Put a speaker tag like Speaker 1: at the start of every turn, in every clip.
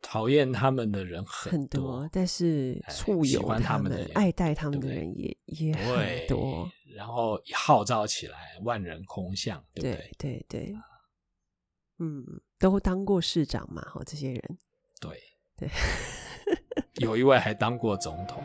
Speaker 1: 讨厌他们的人
Speaker 2: 很
Speaker 1: 多
Speaker 2: 多，，但是
Speaker 1: 哎
Speaker 2: 簇
Speaker 1: 喜
Speaker 2: 拥
Speaker 1: 欢他
Speaker 2: 他
Speaker 1: 们的
Speaker 2: 们
Speaker 1: 人
Speaker 2: 爱戴他们
Speaker 1: 对不
Speaker 2: 的
Speaker 1: 对
Speaker 2: 人也也
Speaker 1: 对
Speaker 2: 很多，
Speaker 1: 然后一号召起来，万人空巷，对不对？啊
Speaker 2: 对对对，嗯，都当过市长嘛，哈，这些人，
Speaker 1: 对
Speaker 2: 对
Speaker 1: 有一位还当过总统。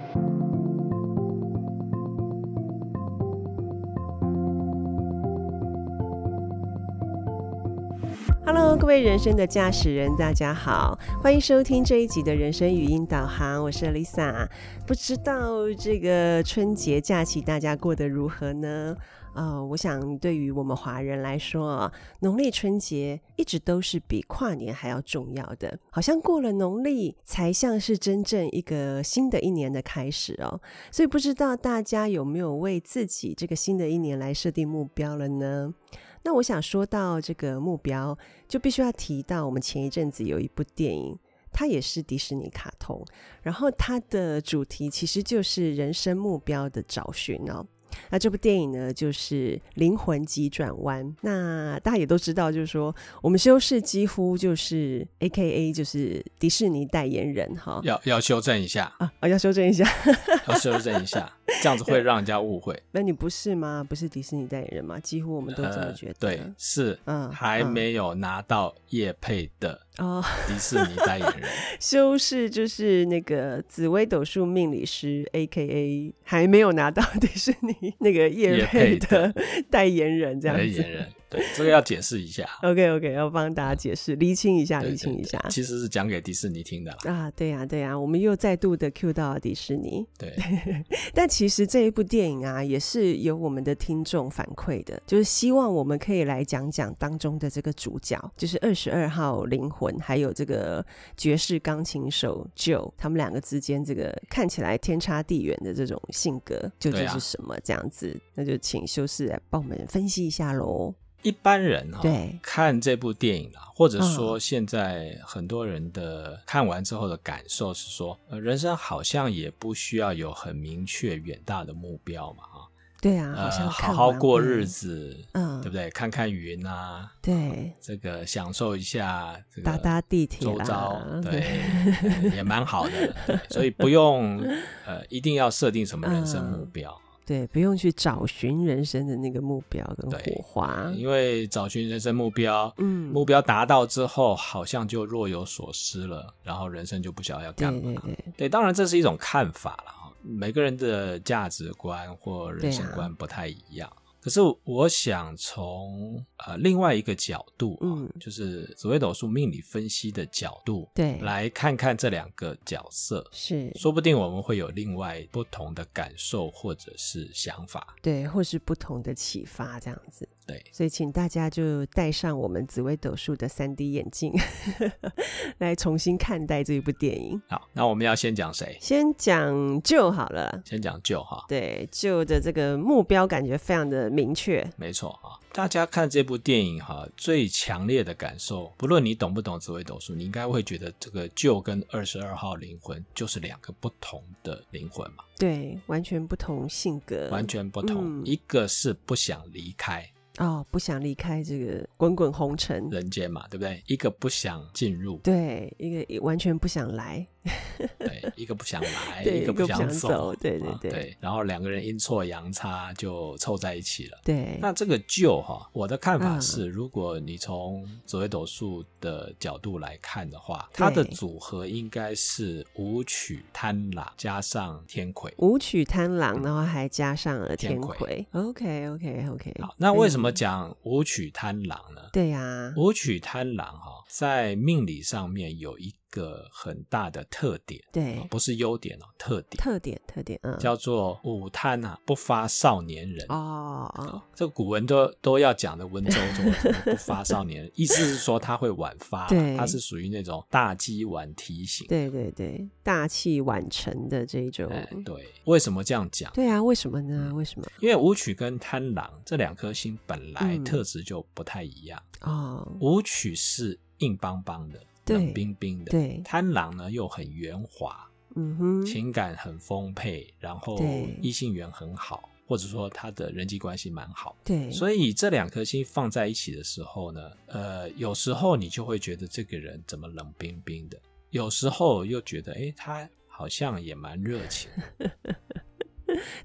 Speaker 2: Hello，各位人生的驾驶人，大家好，欢迎收听这一集的人生语音导航，我是 Lisa。不知道这个春节假期大家过得如何呢？呃，我想对于我们华人来说啊，农历春节一直都是比跨年还要重要的，好像过了农历才像是真正一个新的一年的开始哦。所以不知道大家有没有为自己这个新的一年来设定目标了呢？那我想说到这个目标，就必须要提到我们前一阵子有一部电影，它也是迪士尼卡通，然后它的主题其实就是人生目标的找寻哦。那这部电影呢，就是《灵魂急转弯》。那大家也都知道，就是说我们修饰几乎就是 A K A 就是迪士尼代言人哈，
Speaker 1: 要要修正一下
Speaker 2: 啊啊，要修正一下，
Speaker 1: 要修正一下，这样子会让人家误会。
Speaker 2: 那你不是吗？不是迪士尼代言人吗？几乎我 们都这么
Speaker 1: 呃
Speaker 2: 觉得。，
Speaker 1: 对，是
Speaker 2: 嗯，
Speaker 1: 还没有拿到叶配的
Speaker 2: 嗯哦。
Speaker 1: 迪士尼代言人，
Speaker 2: 修饰就是那个紫微斗数命理师，A K A 还没有拿到迪士尼那个叶佩的
Speaker 1: 叶 哎
Speaker 2: 代言人， 这样
Speaker 1: 代
Speaker 2: 子
Speaker 1: 言。人，呃对，这个要解释一 下，
Speaker 2: OK OK，要帮大家解释、厘清一下、
Speaker 1: 对
Speaker 2: 厘
Speaker 1: 对
Speaker 2: 清一
Speaker 1: 对
Speaker 2: 下。
Speaker 1: 其实是讲给迪士尼听的啦，
Speaker 2: 啊，对呀、对呀、我们又再度的 Q 到了迪士尼。
Speaker 1: 对，
Speaker 2: 但其实这一部电影啊，也是有我们的听众反馈的，就是希望我们可以来讲讲当中的这个主角，就是二十二号灵魂，还有这个爵士钢琴手 Joe，他们两个之间这个看起来天差地远的这种性格究
Speaker 1: 对
Speaker 2: 竟
Speaker 1: 啊
Speaker 2: 是什么？这样子，那就请修饰来帮我们分析一下喽。
Speaker 1: 一般人哈、
Speaker 2: 对
Speaker 1: 看这部电影啊，或者
Speaker 2: 嗯
Speaker 1: 说现在很多人的看完之后的感受是说，呃，人生好像也不需要有很明确远大的目标嘛，啊，
Speaker 2: 对啊，好
Speaker 1: 呃，
Speaker 2: 像
Speaker 1: 好
Speaker 2: 看
Speaker 1: 好
Speaker 2: 完
Speaker 1: 过
Speaker 2: 会
Speaker 1: 日，子，
Speaker 2: 嗯
Speaker 1: 对不，对？看看云啊，
Speaker 2: 对，
Speaker 1: 这个享受一下这个
Speaker 2: 搭搭地铁
Speaker 1: 周遭
Speaker 2: 啦，，
Speaker 1: 对，呃也蛮好的，对所以不用呃一定要设定什么人生
Speaker 2: 嗯
Speaker 1: 目标。
Speaker 2: 对，不用去找寻人生的那个目标跟
Speaker 1: 对
Speaker 2: 火花。
Speaker 1: 因为找寻人生目标，
Speaker 2: 嗯
Speaker 1: 目标达到之后，好像就若有所思了，然后人生就不晓得要干
Speaker 2: 对
Speaker 1: 嘛。
Speaker 2: 对对，
Speaker 1: 对当然这是一种看法了哈，每个人的价值观或人生
Speaker 2: 对啊
Speaker 1: 观不太一样。可是我想从呃另外一个角度啊，
Speaker 2: 嗯
Speaker 1: 就是紫微斗数命理分析的角度，
Speaker 2: 对
Speaker 1: 来看看这两个角色，
Speaker 2: 是，
Speaker 1: 说不定我们会有另外不同的感受或者是想法。
Speaker 2: 对，或是不同的启发这样子。
Speaker 1: 对，
Speaker 2: 所以请大家就戴上我们紫微斗数的三 D 眼镜， 来重新看待这一部电影。
Speaker 1: 好，那我们要先讲谁？
Speaker 2: 先讲旧好了，
Speaker 1: 先讲旧哈，
Speaker 2: 对旧的这个目标感觉非常的明确，
Speaker 1: 没错啊，大家看这部电影哈、最强烈的感受，不论你懂不懂紫微斗数，你应该会觉得这个旧跟二十二号灵魂就是两个不同的灵魂嘛，
Speaker 2: 对，完全不同性格，
Speaker 1: 完全不同。
Speaker 2: 嗯
Speaker 1: 一个是不想离开
Speaker 2: 哦，不想离开这个滚滚红尘，，
Speaker 1: 人间嘛，对不对？一个不想进入
Speaker 2: 对，一个完全不想来，
Speaker 1: 对，哎一个不想来，个
Speaker 2: 对，一个不
Speaker 1: 想
Speaker 2: 想走，对对
Speaker 1: 啊
Speaker 2: 对
Speaker 1: 对，然后两个人阴错阳差就凑在一起了。
Speaker 2: 对，
Speaker 1: 那这个旧哈、我的看法
Speaker 2: 嗯
Speaker 1: 是，如果你从紫微斗数的角度来看的话，它的
Speaker 2: 对
Speaker 1: 组合应该是武曲贪狼加上天魁。
Speaker 2: 舞曲贪狼，然后还加上了
Speaker 1: 嗯天
Speaker 2: 天
Speaker 1: 魁
Speaker 2: 魁。OK OK OK。
Speaker 1: 好，那为什么
Speaker 2: 嗯？
Speaker 1: 讲武曲贪狼呢？
Speaker 2: 对呀、
Speaker 1: 武曲贪狼哈、在命理上面有一个很大的特点，
Speaker 2: 对，
Speaker 1: 不是优点哦，特点
Speaker 2: 特点特点，嗯，
Speaker 1: 叫做武贪啊，不发少年人。
Speaker 2: 哦哦，
Speaker 1: 这个古文都都要讲的文绉绉什么不发少年 人，意思是说他会晚发啦，
Speaker 2: 对
Speaker 1: 他是属于那种大鸡晚提醒。
Speaker 2: 对对对，大器晚成的这一种。
Speaker 1: 哎对，嗯为什么这样讲？
Speaker 2: 对啊，为什么呢？为什么？
Speaker 1: 因为武曲跟贪狼这两颗星本来
Speaker 2: 嗯
Speaker 1: 特质就不太一样，
Speaker 2: 哦，
Speaker 1: 武曲是硬邦邦的、
Speaker 2: 对
Speaker 1: 冷冰冰的，
Speaker 2: 对，
Speaker 1: 贪狼呢又很圆滑，
Speaker 2: 嗯哼，
Speaker 1: 情感很丰沛，然后
Speaker 2: 对
Speaker 1: 异性缘很好，或者说他的人际关系蛮好。
Speaker 2: 对，
Speaker 1: 所以这两颗星放在一起的时候呢，呃，有时候你就会觉得这个人怎么冷冰冰的，有时候又觉得，哎，他好像也蛮热情的，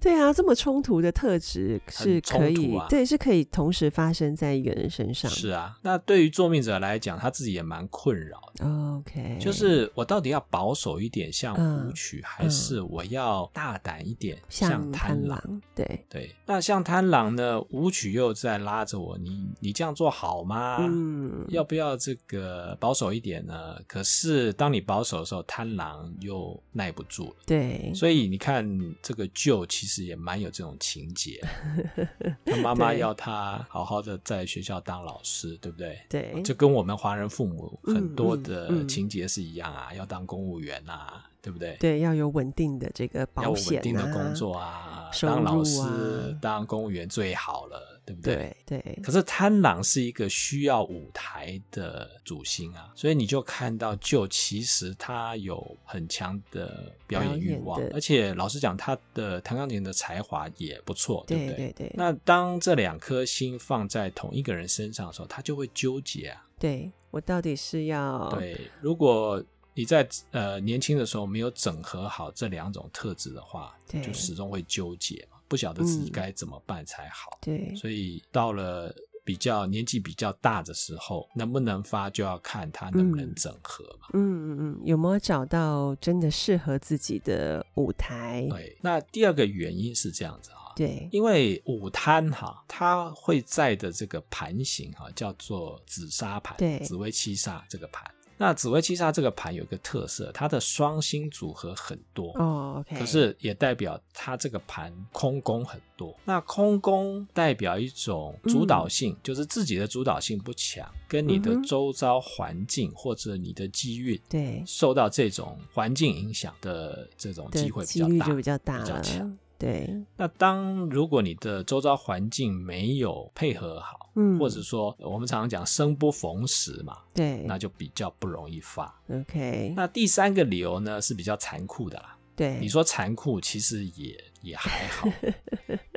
Speaker 2: 对啊，这么冲突的特质是
Speaker 1: 很冲
Speaker 2: 可以，
Speaker 1: 突啊
Speaker 2: 对，是可以同时发生在一个人身上。
Speaker 1: 是啊。那对于作命者来讲，他自己也蛮困扰的。
Speaker 2: OK，
Speaker 1: 就是我到底要保守一点，像
Speaker 2: 嗯
Speaker 1: 舞曲，还是我要大胆一点，
Speaker 2: 像
Speaker 1: 贪
Speaker 2: 贪
Speaker 1: 狼？
Speaker 2: 狼，对，
Speaker 1: 对，那像贪狼呢，舞曲又在拉着我，你你这样做好吗？
Speaker 2: 嗯，
Speaker 1: 啊要不要这个保守一点呢？可是当你保守的时候，贪狼又耐不住了。
Speaker 2: 对，
Speaker 1: 所以你看，这个舅其实也蛮有这种情节。 他妈妈
Speaker 2: 对
Speaker 1: 要他好好的在学校当老师，对不对？
Speaker 2: 对，
Speaker 1: 这跟我们华人父母很多
Speaker 2: 嗯嗯
Speaker 1: 的
Speaker 2: 嗯
Speaker 1: 情节是一样啊，要当公务员啊，对不对？
Speaker 2: 对，要有稳定的这个
Speaker 1: 要
Speaker 2: 保
Speaker 1: 有
Speaker 2: 险、
Speaker 1: 稳
Speaker 2: 啊、
Speaker 1: 定的工作啊，
Speaker 2: 收入啊
Speaker 1: 当老师、当公务员最好了，对不对？
Speaker 2: 对对，
Speaker 1: 可是贪狼是一个需要舞台的主星啊，所以你就看到就其实他有很强的表演欲望
Speaker 2: 表演，的
Speaker 1: 而且老实讲，他的弹钢琴的才华也不错，对不
Speaker 2: 对对对
Speaker 1: 那当这两颗星放在同一个人身上的时候，他就会纠结啊。
Speaker 2: 对，我到底是要
Speaker 1: 对，如果你在呃年轻的时候没有整合好这两种特质的话，
Speaker 2: 对
Speaker 1: 就始终会纠结嘛，不晓得自己
Speaker 2: 嗯
Speaker 1: 该怎么办才好。
Speaker 2: 对
Speaker 1: 所以到了比较年纪比较大的时候，能不能发就要看他能不能
Speaker 2: 嗯
Speaker 1: 整合嘛。
Speaker 2: 嗯嗯嗯，有没有找到真的适合自己的舞台？
Speaker 1: 对，那第二个原因是这样子啊。
Speaker 2: 对，
Speaker 1: 因为午贪哈，它会在的这个盘型哈，叫做紫砂盘，
Speaker 2: 对
Speaker 1: 紫微七煞这个盘。那紫微七煞这个盘有一个特色，它的双星组合很多
Speaker 2: 哦，OK，
Speaker 1: 可是也代表它这个盘空宫很多。那空宫代表一种
Speaker 2: 嗯
Speaker 1: 主导性，就是自己的主导性不强，跟你的
Speaker 2: 嗯哼
Speaker 1: 周遭环境或者你的机遇
Speaker 2: 对
Speaker 1: 受到这种环境影响的这种
Speaker 2: 的
Speaker 1: 机会比
Speaker 2: 几
Speaker 1: 较
Speaker 2: 率
Speaker 1: 大
Speaker 2: 就比较大
Speaker 1: 比较
Speaker 2: 了，
Speaker 1: 强
Speaker 2: 对，
Speaker 1: 那当如果你的周遭环境没有配合好，
Speaker 2: 嗯，
Speaker 1: 或者说我们常常讲生不逢时嘛，
Speaker 2: 对
Speaker 1: 那就比较不容易发。
Speaker 2: ，OK，
Speaker 1: 那第三个理由呢是比较残酷的啦。
Speaker 2: 对，
Speaker 1: 你说残酷，其实也也还好，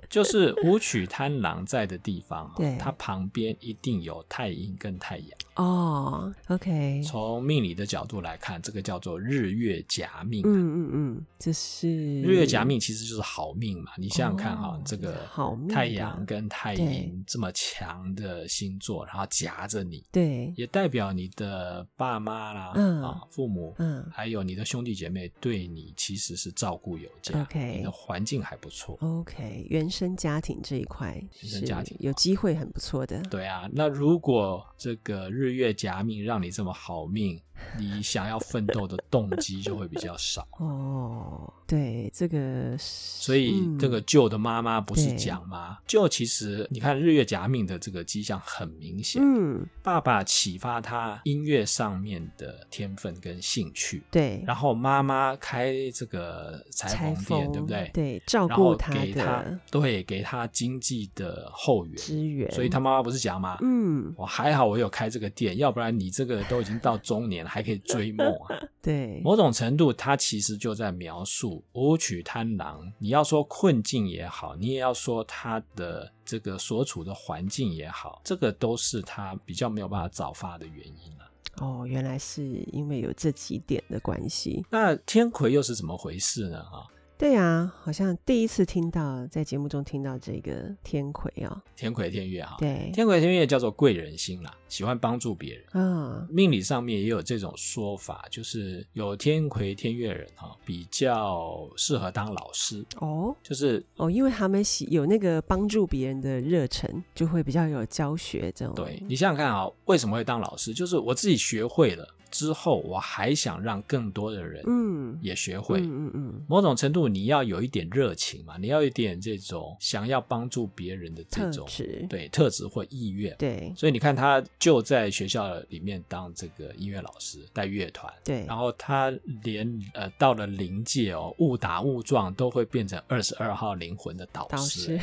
Speaker 1: 就是武曲贪狼在的地方、
Speaker 2: 对
Speaker 1: 哦，它旁边一定有太阴跟太阳。
Speaker 2: 哦，OK，
Speaker 1: 从命理的角度来看，这个叫做日月夹命啊、
Speaker 2: 嗯嗯嗯，这是
Speaker 1: 日月夹命其实就是好命嘛，你想想看哈、
Speaker 2: 哦
Speaker 1: 这个
Speaker 2: 好命的
Speaker 1: 太阳跟太
Speaker 2: 对
Speaker 1: 阴这么强的星座，然后夹着你，
Speaker 2: 对，
Speaker 1: 也代表你的爸妈啦、
Speaker 2: 嗯
Speaker 1: 啊父母，
Speaker 2: 嗯
Speaker 1: 还有你的兄弟姐妹对你其实是照顾有加
Speaker 2: OK
Speaker 1: 你的环境还不错。
Speaker 2: ，OK，原生家庭这一块
Speaker 1: 原生
Speaker 2: 是
Speaker 1: 家庭
Speaker 2: 有机会很不错的，
Speaker 1: 对啊，那如果这个日月夹命让你这么好命，你想要奋斗的动机就会比较少。
Speaker 2: 哦，对，这个是，
Speaker 1: 所以这个
Speaker 2: 嗯
Speaker 1: 旧的妈妈不是
Speaker 2: 对
Speaker 1: 讲吗？旧其实你看日月夹命的这个迹象很明显，
Speaker 2: 嗯，
Speaker 1: 爸爸启发他音乐上面的天分跟兴趣，
Speaker 2: 对，
Speaker 1: 然后妈妈开这个
Speaker 2: 裁
Speaker 1: 裁缝店，对不对？
Speaker 2: 对，照
Speaker 1: 然
Speaker 2: 顾
Speaker 1: 后给
Speaker 2: 的
Speaker 1: 他对给他经济的后援，
Speaker 2: 资源，
Speaker 1: 所以他妈妈不是讲吗？
Speaker 2: 嗯，
Speaker 1: 我还好，我有开这个店，要不然你这个都已经到中年了，还可以追梦啊。
Speaker 2: 对，
Speaker 1: 某种程度，它其实就在描述武曲贪狼。你要说困境也好，你也要说他的这个所处的环境也好，这个都是他比较没有办法早发的原因啊了、
Speaker 2: 哦，原来是因为有这几点的关系。
Speaker 1: 那天魁又是怎么回事呢？啊，
Speaker 2: 对啊，好像第一次听到在节目中听到这个天魁哦，
Speaker 1: 天魁天月啊，
Speaker 2: 对，
Speaker 1: 天魁天月叫做贵人星啦，喜欢帮助别人。
Speaker 2: 啊，
Speaker 1: 命理上面也有这种说法，就是有天魁天月人哈、比较适合当老师，
Speaker 2: 哦。
Speaker 1: 就是
Speaker 2: 哦，因为他们喜有那个帮助别人的热忱，就会比较有教学这种。
Speaker 1: 对你想想看啊，为什么会当老师？就是我自己学会了之后，我还想让更多的人
Speaker 2: 嗯，
Speaker 1: 也学会。
Speaker 2: 嗯嗯嗯，
Speaker 1: 某种程度，你要有一点热情嘛，你要有一点这种想要帮助别人的这
Speaker 2: 特
Speaker 1: 种
Speaker 2: 质，
Speaker 1: 对特质或意愿。
Speaker 2: 对
Speaker 1: 所以你看，他就在学校里面当这个音乐老师，带乐团，
Speaker 2: 对
Speaker 1: 然后他连呃到了临界哦，误打误撞都会变成二十二号灵魂的导
Speaker 2: 导
Speaker 1: 师
Speaker 2: 师，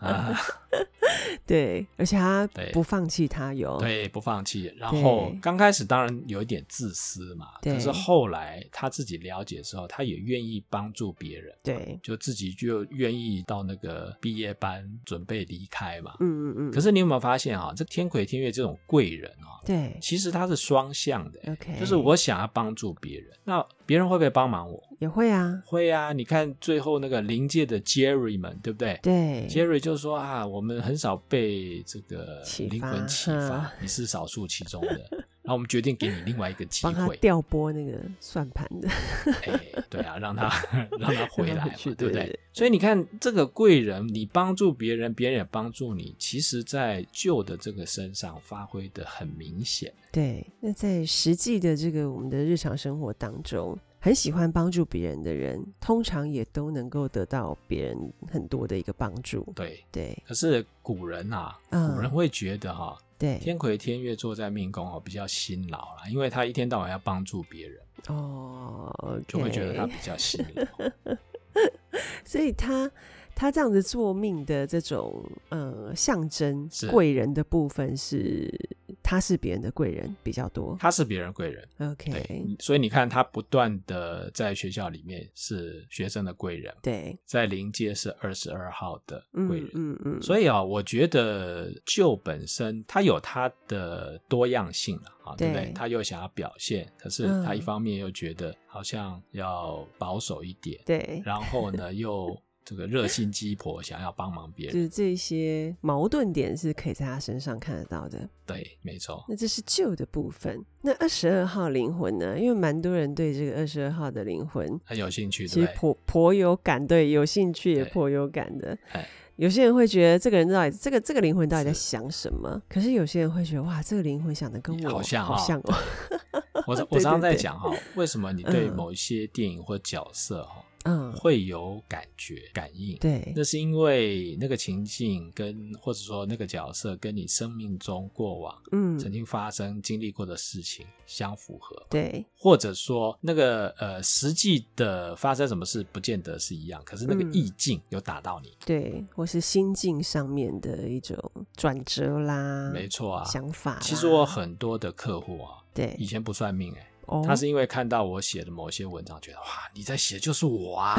Speaker 1: 啊，
Speaker 2: 对，而且他
Speaker 1: 对
Speaker 2: 不放弃他有，
Speaker 1: 对，不放弃。然后
Speaker 2: 对
Speaker 1: 刚开始当然有一点自私嘛，
Speaker 2: 对
Speaker 1: 可是后来他自己了解之后，他也愿意帮助别人，
Speaker 2: 对，
Speaker 1: 就自己就愿意到那个毕业班准备离开嘛。
Speaker 2: 嗯嗯嗯，
Speaker 1: 可是你有没有发现啊，这天魁天月这种贵人啊，
Speaker 2: 对
Speaker 1: 其实他是双向的、
Speaker 2: 嗯，OK，
Speaker 1: 就是我想要帮助别人，那别人会不会帮忙我？
Speaker 2: 也会啊，
Speaker 1: 会啊，你看最后那个临界的 Jerry 们，对不对？
Speaker 2: 对，
Speaker 1: Jerry 就说啊，我们很少被这个
Speaker 2: 启发嗯
Speaker 1: 灵魂启发
Speaker 2: 哈，
Speaker 1: 你是少数其中的。 然后我们决定给你另外一个机
Speaker 2: 帮他
Speaker 1: 会，
Speaker 2: 调拨那个算盘的，
Speaker 1: 哎，对啊，让 他让他回来
Speaker 2: 让他
Speaker 1: 嘛
Speaker 2: 回，去
Speaker 1: 对不
Speaker 2: 对
Speaker 1: 对？所以你看，这个贵人，你帮助别人，别人也帮助你，其实在旧的这个身上发挥的很明显。
Speaker 2: 对，那在实际的这个我们的日常生活当中，很喜欢帮助别人的人，通常也都能够得到别人很多的一个帮助。
Speaker 1: 对，
Speaker 2: 对，
Speaker 1: 可是古人啊，
Speaker 2: 嗯
Speaker 1: 古人会觉得哈、
Speaker 2: 对，
Speaker 1: 天魁天月坐在命宫哦比较辛劳啦，因为他一天到晚要帮助别人，
Speaker 2: 哦，OK，
Speaker 1: 就会觉得他比较辛 劳。
Speaker 2: 所以他他这样子做命的这种呃象征
Speaker 1: 是
Speaker 2: 贵人的部分是，他是别人的贵人比较多。
Speaker 1: 他是别人贵人。对
Speaker 2: OK，，
Speaker 1: 所以你看他不断的在学校里面是学生的贵人，
Speaker 2: 对，
Speaker 1: 在临界是二十二号的贵
Speaker 2: 嗯
Speaker 1: 人。
Speaker 2: 嗯嗯，以
Speaker 1: 所以啊、我觉得旧本身它有它的多样性了啊，对不对
Speaker 2: 对？
Speaker 1: 他又想要表现，可是
Speaker 2: 嗯
Speaker 1: 他一方面又觉得好像要保守一点，
Speaker 2: 对，
Speaker 1: 然后呢又这个热心鸡婆，想要帮忙别
Speaker 2: 就
Speaker 1: 人。
Speaker 2: 是这些矛盾点是可以在他身上看得到的。
Speaker 1: 对，没错，
Speaker 2: 那这是旧的部分。那二十二号灵魂呢？因为蛮多人对这个二十二号的灵魂
Speaker 1: 很有兴趣，
Speaker 2: 其
Speaker 1: 对
Speaker 2: 实
Speaker 1: 不对？
Speaker 2: 颇颇有感，对，有兴趣也
Speaker 1: 对
Speaker 2: 颇有感的
Speaker 1: 哎。
Speaker 2: 有些人会觉得这个人到底这个这个灵魂到底在
Speaker 1: 是
Speaker 2: 想什么？可是有些人会觉得哇，这个灵魂想的跟我
Speaker 1: 好像
Speaker 2: 好
Speaker 1: 哦
Speaker 2: 像哦，
Speaker 1: 我常
Speaker 2: 对
Speaker 1: 我
Speaker 2: 对
Speaker 1: 常常在
Speaker 2: 对
Speaker 1: 讲哈、为什么你对
Speaker 2: 嗯
Speaker 1: 某一些电影或角色哈、
Speaker 2: 嗯，
Speaker 1: 会有感觉、感应。
Speaker 2: 对
Speaker 1: 那是因为那个情境跟或者说那个角色跟你生命中过往
Speaker 2: 嗯，
Speaker 1: 曾经发生、经历过的事情相符合，
Speaker 2: 对
Speaker 1: 或者说那个呃实际的发生什么事不见得是一样，可是那个
Speaker 2: 嗯
Speaker 1: 意境有打到你，
Speaker 2: 对，或是心境上面的一种转折啦，
Speaker 1: 没错啊。
Speaker 2: 想法啦。
Speaker 1: 其实我很多的客户啊，以
Speaker 2: 对
Speaker 1: 前不算命哎、
Speaker 2: 哦，
Speaker 1: 他是因为看到我写的某些文章，觉得哇，你在写就是我 啊！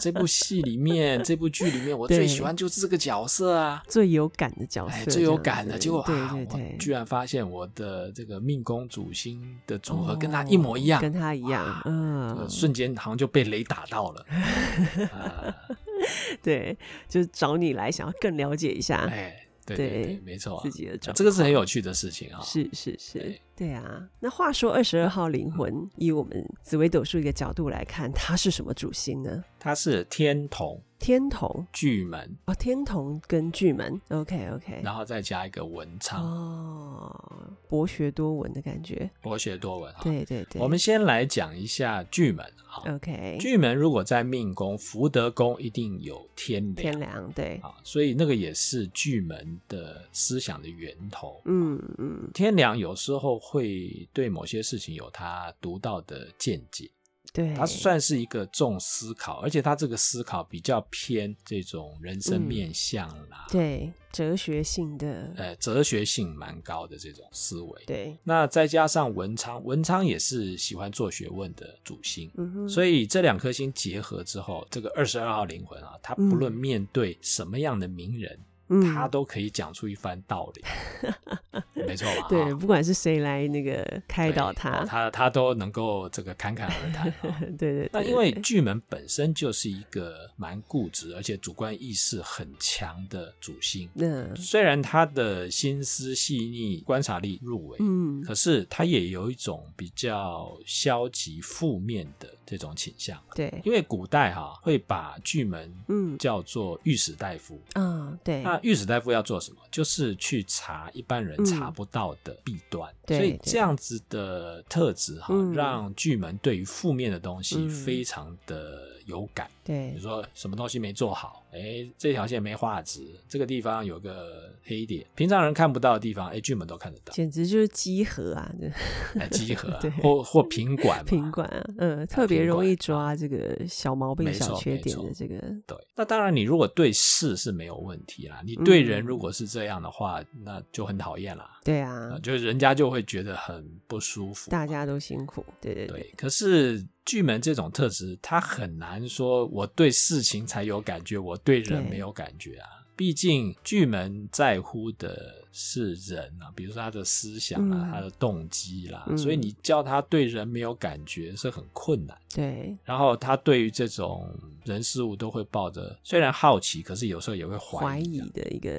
Speaker 1: 这部戏里面，这部剧里面，我
Speaker 2: 对哦
Speaker 1: 最喜欢就是这个角色啊，
Speaker 2: 最有感的角
Speaker 1: 哎，
Speaker 2: 色，
Speaker 1: 最有感的。结果
Speaker 2: 对
Speaker 1: 啊
Speaker 2: 对，
Speaker 1: 我
Speaker 2: 对，
Speaker 1: 居然发现我的这个命宫主星的组合跟他
Speaker 2: 哦
Speaker 1: 一模一样，
Speaker 2: 跟他一样
Speaker 1: 哇，
Speaker 2: 嗯
Speaker 1: 呃，瞬间好像就被雷打到了。啊
Speaker 2: 对，就是找你来，想要更了解一下
Speaker 1: 哎，对对
Speaker 2: 对
Speaker 1: 对，没错啊
Speaker 2: 自，己的状况、
Speaker 1: 这个是很有趣的事情啊。
Speaker 2: 是是是
Speaker 1: 对，
Speaker 2: 对啊。那话说，二十二号灵魂，以我们紫微斗数一个角度来看，它是什么主星呢？
Speaker 1: 它是天同
Speaker 2: 天同
Speaker 1: 巨门，
Speaker 2: 哦，天同跟巨门，OK OK，
Speaker 1: 然后再加一个文昌，
Speaker 2: 哦，博学多闻的感觉，
Speaker 1: 博学多闻啊。
Speaker 2: 对对对，
Speaker 1: 我们先来讲一下巨门啊。
Speaker 2: OK
Speaker 1: 巨门如果在命宫，福德宫一定有天
Speaker 2: 天
Speaker 1: 良
Speaker 2: 良对，
Speaker 1: 啊，所以那个也是巨门的思想的源头。
Speaker 2: 嗯嗯，
Speaker 1: 天良有时候会对某些事情有他独到的见解，
Speaker 2: 对，
Speaker 1: 他算是一个重思考，而且他这个思考比较偏这种人生
Speaker 2: 嗯
Speaker 1: 面向啦，
Speaker 2: 对哲学性的，
Speaker 1: 呃，哲学性蛮高的这种思维。
Speaker 2: 对，
Speaker 1: 那再加上文昌，文昌也是喜欢做学问的主星，
Speaker 2: 嗯哼，
Speaker 1: 所以这两颗星结合之后，这个二十二号灵魂啊，他不
Speaker 2: 嗯
Speaker 1: 论面对什么样的名人，
Speaker 2: 以
Speaker 1: 他都可以讲出一番道 理，没错吧？
Speaker 2: 对，
Speaker 1: 啊，
Speaker 2: 不管是谁来那个开导他
Speaker 1: 对，哦他他都能够这个侃侃而谈、 啊。
Speaker 2: 对对对。
Speaker 1: 那因为
Speaker 2: 对
Speaker 1: 巨门本身就是一个蛮固执，而且主观意识很强的主星，
Speaker 2: 那
Speaker 1: 虽然他的心思细腻、观察力入微，
Speaker 2: 嗯，
Speaker 1: 可是他也有一种比较消极、负面的这种倾向。
Speaker 2: 对，
Speaker 1: 因为古代哈、会把巨门
Speaker 2: 嗯
Speaker 1: 叫做御史大夫。
Speaker 2: 啊，对，嗯
Speaker 1: 那御史大夫要做什么？就是去查一般人查不到的弊端，
Speaker 2: 对
Speaker 1: 所以这样子的特质哈、
Speaker 2: 嗯
Speaker 1: 让巨门对于负面的东西
Speaker 2: 嗯
Speaker 1: 非常的有感。比
Speaker 2: 对
Speaker 1: 如，说什么东西没做好，哎，这条线没画直，这个地方有个黑点，平常人看不到的地方，哎，剧本都看得到，
Speaker 2: 简直就是鸡核啊， 这
Speaker 1: 哎，集合、啊
Speaker 2: 对、
Speaker 1: 或或品管嘛，
Speaker 2: 品管啊，嗯，特别
Speaker 1: 品
Speaker 2: 容
Speaker 1: 管
Speaker 2: 易抓这个小毛病、
Speaker 1: 没
Speaker 2: 小
Speaker 1: 错
Speaker 2: 缺
Speaker 1: 没
Speaker 2: 点
Speaker 1: 错
Speaker 2: 的这个，
Speaker 1: 对，那当然，你如果对事是没有问题啦，你对人
Speaker 2: 嗯
Speaker 1: 如果是这样的话，那就很讨厌啦，
Speaker 2: 对啊
Speaker 1: 呃，就是人家就会觉得很不舒服。
Speaker 2: 大家都辛苦，对对对，
Speaker 1: 对，可是巨门这种特质，他很难说我对事情才有感觉，我对人
Speaker 2: 对
Speaker 1: 没有感觉啊。毕竟巨门在乎的是人啊，比如说他的思想啊，
Speaker 2: 嗯
Speaker 1: 他的动机啦，
Speaker 2: 嗯
Speaker 1: 所以你叫他对人没有感觉是很困难。
Speaker 2: 对，
Speaker 1: 然后他对于这种人事物都会抱着虽然好奇，可是有时候也会
Speaker 2: 怀
Speaker 1: 怀
Speaker 2: 疑
Speaker 1: 啊
Speaker 2: 的一个，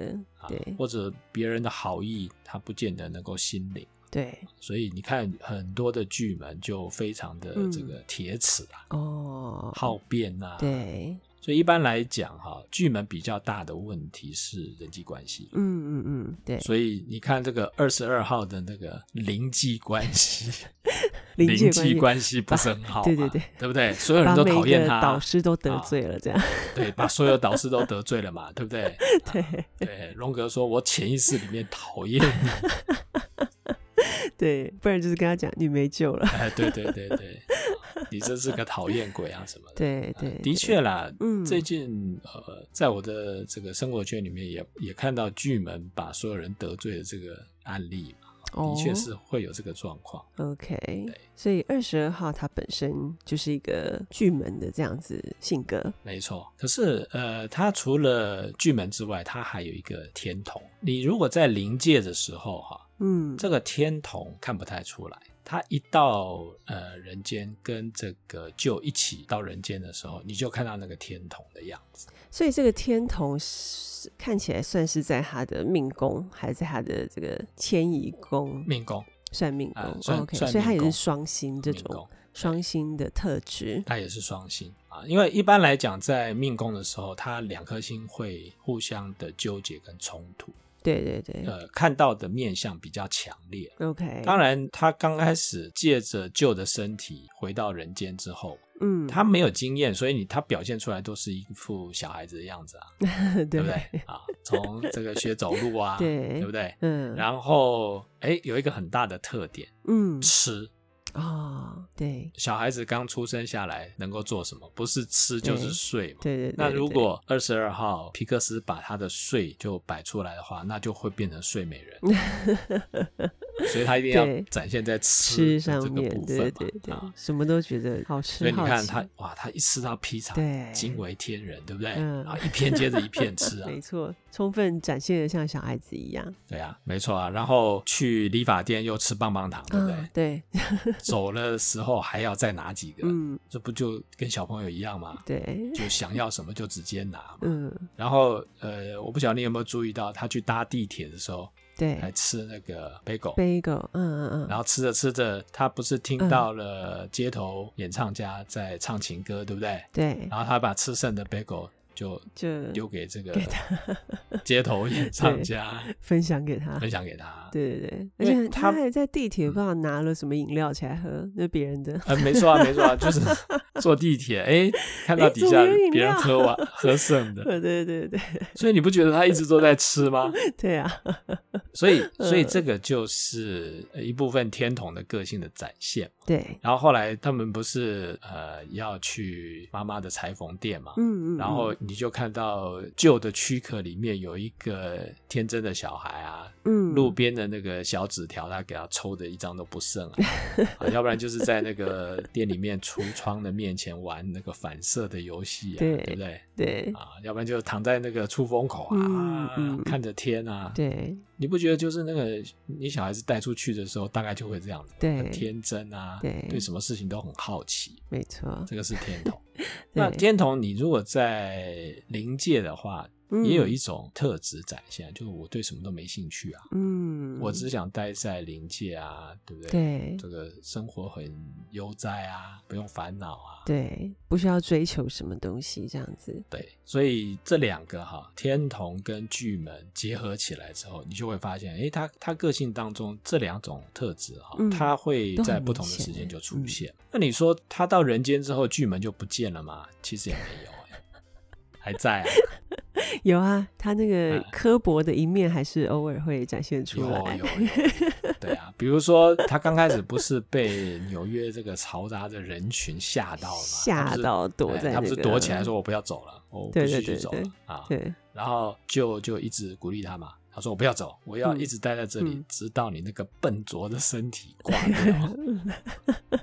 Speaker 2: 对
Speaker 1: 或者别人的好意他不见得能够心领。
Speaker 2: 对，
Speaker 1: 所以你看，很多的剧们就非常的
Speaker 2: 嗯
Speaker 1: 这个铁齿啊、
Speaker 2: 哦，，
Speaker 1: 好辩啊。，
Speaker 2: 对，
Speaker 1: 所以一般来讲哈、剧们比较大的问题是人际关系。
Speaker 2: 嗯嗯嗯，对，
Speaker 1: 所以你看这个二十二号的那个邻际关系，
Speaker 2: 邻际 关系
Speaker 1: 关系不是很好嘛，
Speaker 2: 对对对
Speaker 1: 对不对？所有
Speaker 2: 把
Speaker 1: 人都
Speaker 2: 每
Speaker 1: 讨
Speaker 2: 一
Speaker 1: 厌
Speaker 2: 个
Speaker 1: 他，
Speaker 2: 导师都得
Speaker 1: 啊
Speaker 2: 罪了，这样，
Speaker 1: 对，把所有导师都得罪了嘛，对不对？
Speaker 2: 对
Speaker 1: 对，荣格说，我潜意识里面讨厌你，
Speaker 2: 对，不然就是跟他讲你没救 了，
Speaker 1: 哎，对对对对，你真是个讨厌鬼啊什么的。
Speaker 2: 对对，
Speaker 1: 的
Speaker 2: 对，
Speaker 1: 确啦，
Speaker 2: 嗯
Speaker 1: 最近呃，在我的这个生活圈里面也也看到巨门把所有人得罪的这个案例嘛，的确
Speaker 2: 哦
Speaker 1: 是会有这个状况。
Speaker 2: OK，所以二十二号他本身就是一个巨门的这样子性格，
Speaker 1: 没错，可是呃，它除了巨门之外，它还有一个天同。你如果在临界的时候哈、
Speaker 2: 嗯，
Speaker 1: 这个天童看不太出来，他一到呃人间跟这个就一起到人间的时候，你就看到那个天童的样子。
Speaker 2: 所以这个天同是看起来算是在他的命宫，还是在他的这个迁移宫
Speaker 1: 命宫，
Speaker 2: 算命宫、
Speaker 1: 啊算
Speaker 2: o k
Speaker 1: 算
Speaker 2: 所以他也
Speaker 1: 命
Speaker 2: 是
Speaker 1: 宫
Speaker 2: 双星这
Speaker 1: 命
Speaker 2: 种
Speaker 1: 宫，
Speaker 2: 双星的特质，
Speaker 1: 它也是双星啊。因为一般来讲，在命宫的时候，它两颗星会互相的纠结跟冲突，
Speaker 2: 对对对、
Speaker 1: 呃，看到的面相比较强烈。
Speaker 2: o k
Speaker 1: 当然，他刚开始借着旧的身体回到人间之后，
Speaker 2: 嗯，
Speaker 1: 他没有经验，所以你他表现出来都是一副小孩子的样子啊。
Speaker 2: 对，
Speaker 1: 对不对？啊？从这个学走路啊
Speaker 2: 对
Speaker 1: 不对？
Speaker 2: 嗯，
Speaker 1: 然后，哎，有一个很大的特点，
Speaker 2: 嗯
Speaker 1: 吃。
Speaker 2: 哦，对
Speaker 1: 小孩子刚出生下来能够做什么？不是吃就是睡嘛。
Speaker 2: 对对对，
Speaker 1: 那
Speaker 2: 对
Speaker 1: 如
Speaker 2: 对
Speaker 1: 果二十二号皮克斯把他的睡就摆出来的话，那就会变成睡美人， 所以他一定
Speaker 2: 对
Speaker 1: 要展现在
Speaker 2: 吃
Speaker 1: 吃的
Speaker 2: 上
Speaker 1: 这个
Speaker 2: 面
Speaker 1: 部，分
Speaker 2: 对
Speaker 1: 嘛
Speaker 2: 对对、
Speaker 1: 啊。
Speaker 2: 什么都觉得好吃，
Speaker 1: 所以你
Speaker 2: 好
Speaker 1: 看
Speaker 2: 奇
Speaker 1: 他，哇，他一吃到披萨，
Speaker 2: 对
Speaker 1: 惊为天人，对不对？
Speaker 2: 嗯
Speaker 1: 然后一片接着一片吃啊，
Speaker 2: 没错，充分展现的像小孩子一样，
Speaker 1: 对啊，没错啊。然后去理发店又吃棒棒糖，对不对？
Speaker 2: 啊，对，
Speaker 1: 走了时候还要再拿几个，
Speaker 2: 嗯，
Speaker 1: 这不就跟小朋友一样 吗？
Speaker 2: 对，
Speaker 1: 就想要什么就直接拿嘛。
Speaker 2: 嗯，
Speaker 1: 然后呃，我不晓得你有没有注意到，他去搭地铁的时候
Speaker 2: 对
Speaker 1: 还吃那个 bagel。
Speaker 2: ，bagel，嗯嗯
Speaker 1: 然
Speaker 2: 嗯，
Speaker 1: 后吃着吃着，他不是听到了街头演唱家在唱情歌，对不对？
Speaker 2: 对，
Speaker 1: 然后他把吃剩的 bagel 就
Speaker 2: 就
Speaker 1: 丢给这个
Speaker 2: 给他
Speaker 1: 街头演唱家，
Speaker 2: 分享给他
Speaker 1: 分。享给他。
Speaker 2: 对对对，而
Speaker 1: 因为
Speaker 2: 且
Speaker 1: 他嗯
Speaker 2: 他还在地铁不知道拿了什么饮料起来喝，那别 人的。
Speaker 1: 呃，没错啊，没错啊，就是坐地铁，哎，看到
Speaker 2: 哎
Speaker 1: 底
Speaker 2: 怎么
Speaker 1: 下
Speaker 2: 有饮
Speaker 1: 别人
Speaker 2: 料
Speaker 1: 喝完喝剩的，
Speaker 2: 对对对对
Speaker 1: 所以你不觉得他一直都在吃吗？
Speaker 2: 对啊，
Speaker 1: 所以，
Speaker 2: 嗯
Speaker 1: 所以这个就是呃一部分天童的个性的展现。
Speaker 2: 对，
Speaker 1: 然后后来他们不是呃要去妈妈的裁缝店嘛，
Speaker 2: 嗯嗯。
Speaker 1: 然后
Speaker 2: 嗯
Speaker 1: 你就看到旧的躯壳里面有一个天真的小孩啊，
Speaker 2: 嗯，
Speaker 1: 路边的那个小纸条，他给他抽的一张都不剩啊，啊要不然就是在那个店里面橱窗的面前玩那个反射的游戏啊，
Speaker 2: 对
Speaker 1: 对不对？
Speaker 2: 对
Speaker 1: 啊，要不然就躺在那个出风口啊，
Speaker 2: 嗯嗯
Speaker 1: 看着天啊，
Speaker 2: 对
Speaker 1: 你不觉得就是那个你小孩子带出去的时候，大概就会这样子，
Speaker 2: 对
Speaker 1: 很天真啊，
Speaker 2: 对
Speaker 1: 什么事情都很好奇，
Speaker 2: 没错，
Speaker 1: 这个是天童。
Speaker 2: 对
Speaker 1: 那天童，你如果在临界的话，
Speaker 2: 嗯
Speaker 1: 也有一种特质展现，就是我对什么都没兴趣啊，
Speaker 2: 嗯，
Speaker 1: 我只想待在灵界啊，对不对？
Speaker 2: 对
Speaker 1: 这个生活很悠哉啊，不用烦恼啊。
Speaker 2: 对，不需要追求什么东西这样子。
Speaker 1: 对，所以这两个哈，天同跟巨门结合起来之后，你就会发现，诶，他他个性当中这两种特质哈
Speaker 2: 嗯，
Speaker 1: 他、会
Speaker 2: 都很
Speaker 1: 在不
Speaker 2: 明
Speaker 1: 同的
Speaker 2: 显
Speaker 1: 时
Speaker 2: 欸
Speaker 1: 间就出
Speaker 2: 嗯
Speaker 1: 现。那你说他到人间之后，巨门就不见了吗？其实也没有、欸，还 在啊，
Speaker 2: 有啊，他那个
Speaker 1: 哎
Speaker 2: 刻薄的一面还是偶尔会展现出
Speaker 1: 有
Speaker 2: 来。
Speaker 1: 有 有，对啊，比如说他刚开始不是被纽约这个嘈杂的人群吓到了吗？
Speaker 2: 吓
Speaker 1: 他不是
Speaker 2: 到躲
Speaker 1: 哎
Speaker 2: 在
Speaker 1: 他不是
Speaker 2: 那
Speaker 1: 躲
Speaker 2: 个
Speaker 1: 起来说我不要走了，我不
Speaker 2: 对对
Speaker 1: 继续
Speaker 2: 对
Speaker 1: 走
Speaker 2: 对
Speaker 1: 了啊，
Speaker 2: 对，
Speaker 1: 然后就就一直鼓励他嘛。他说：“我不要走，我要
Speaker 2: 嗯
Speaker 1: 一直待在这里，
Speaker 2: 嗯
Speaker 1: 直到你那个笨拙的身 体挂掉。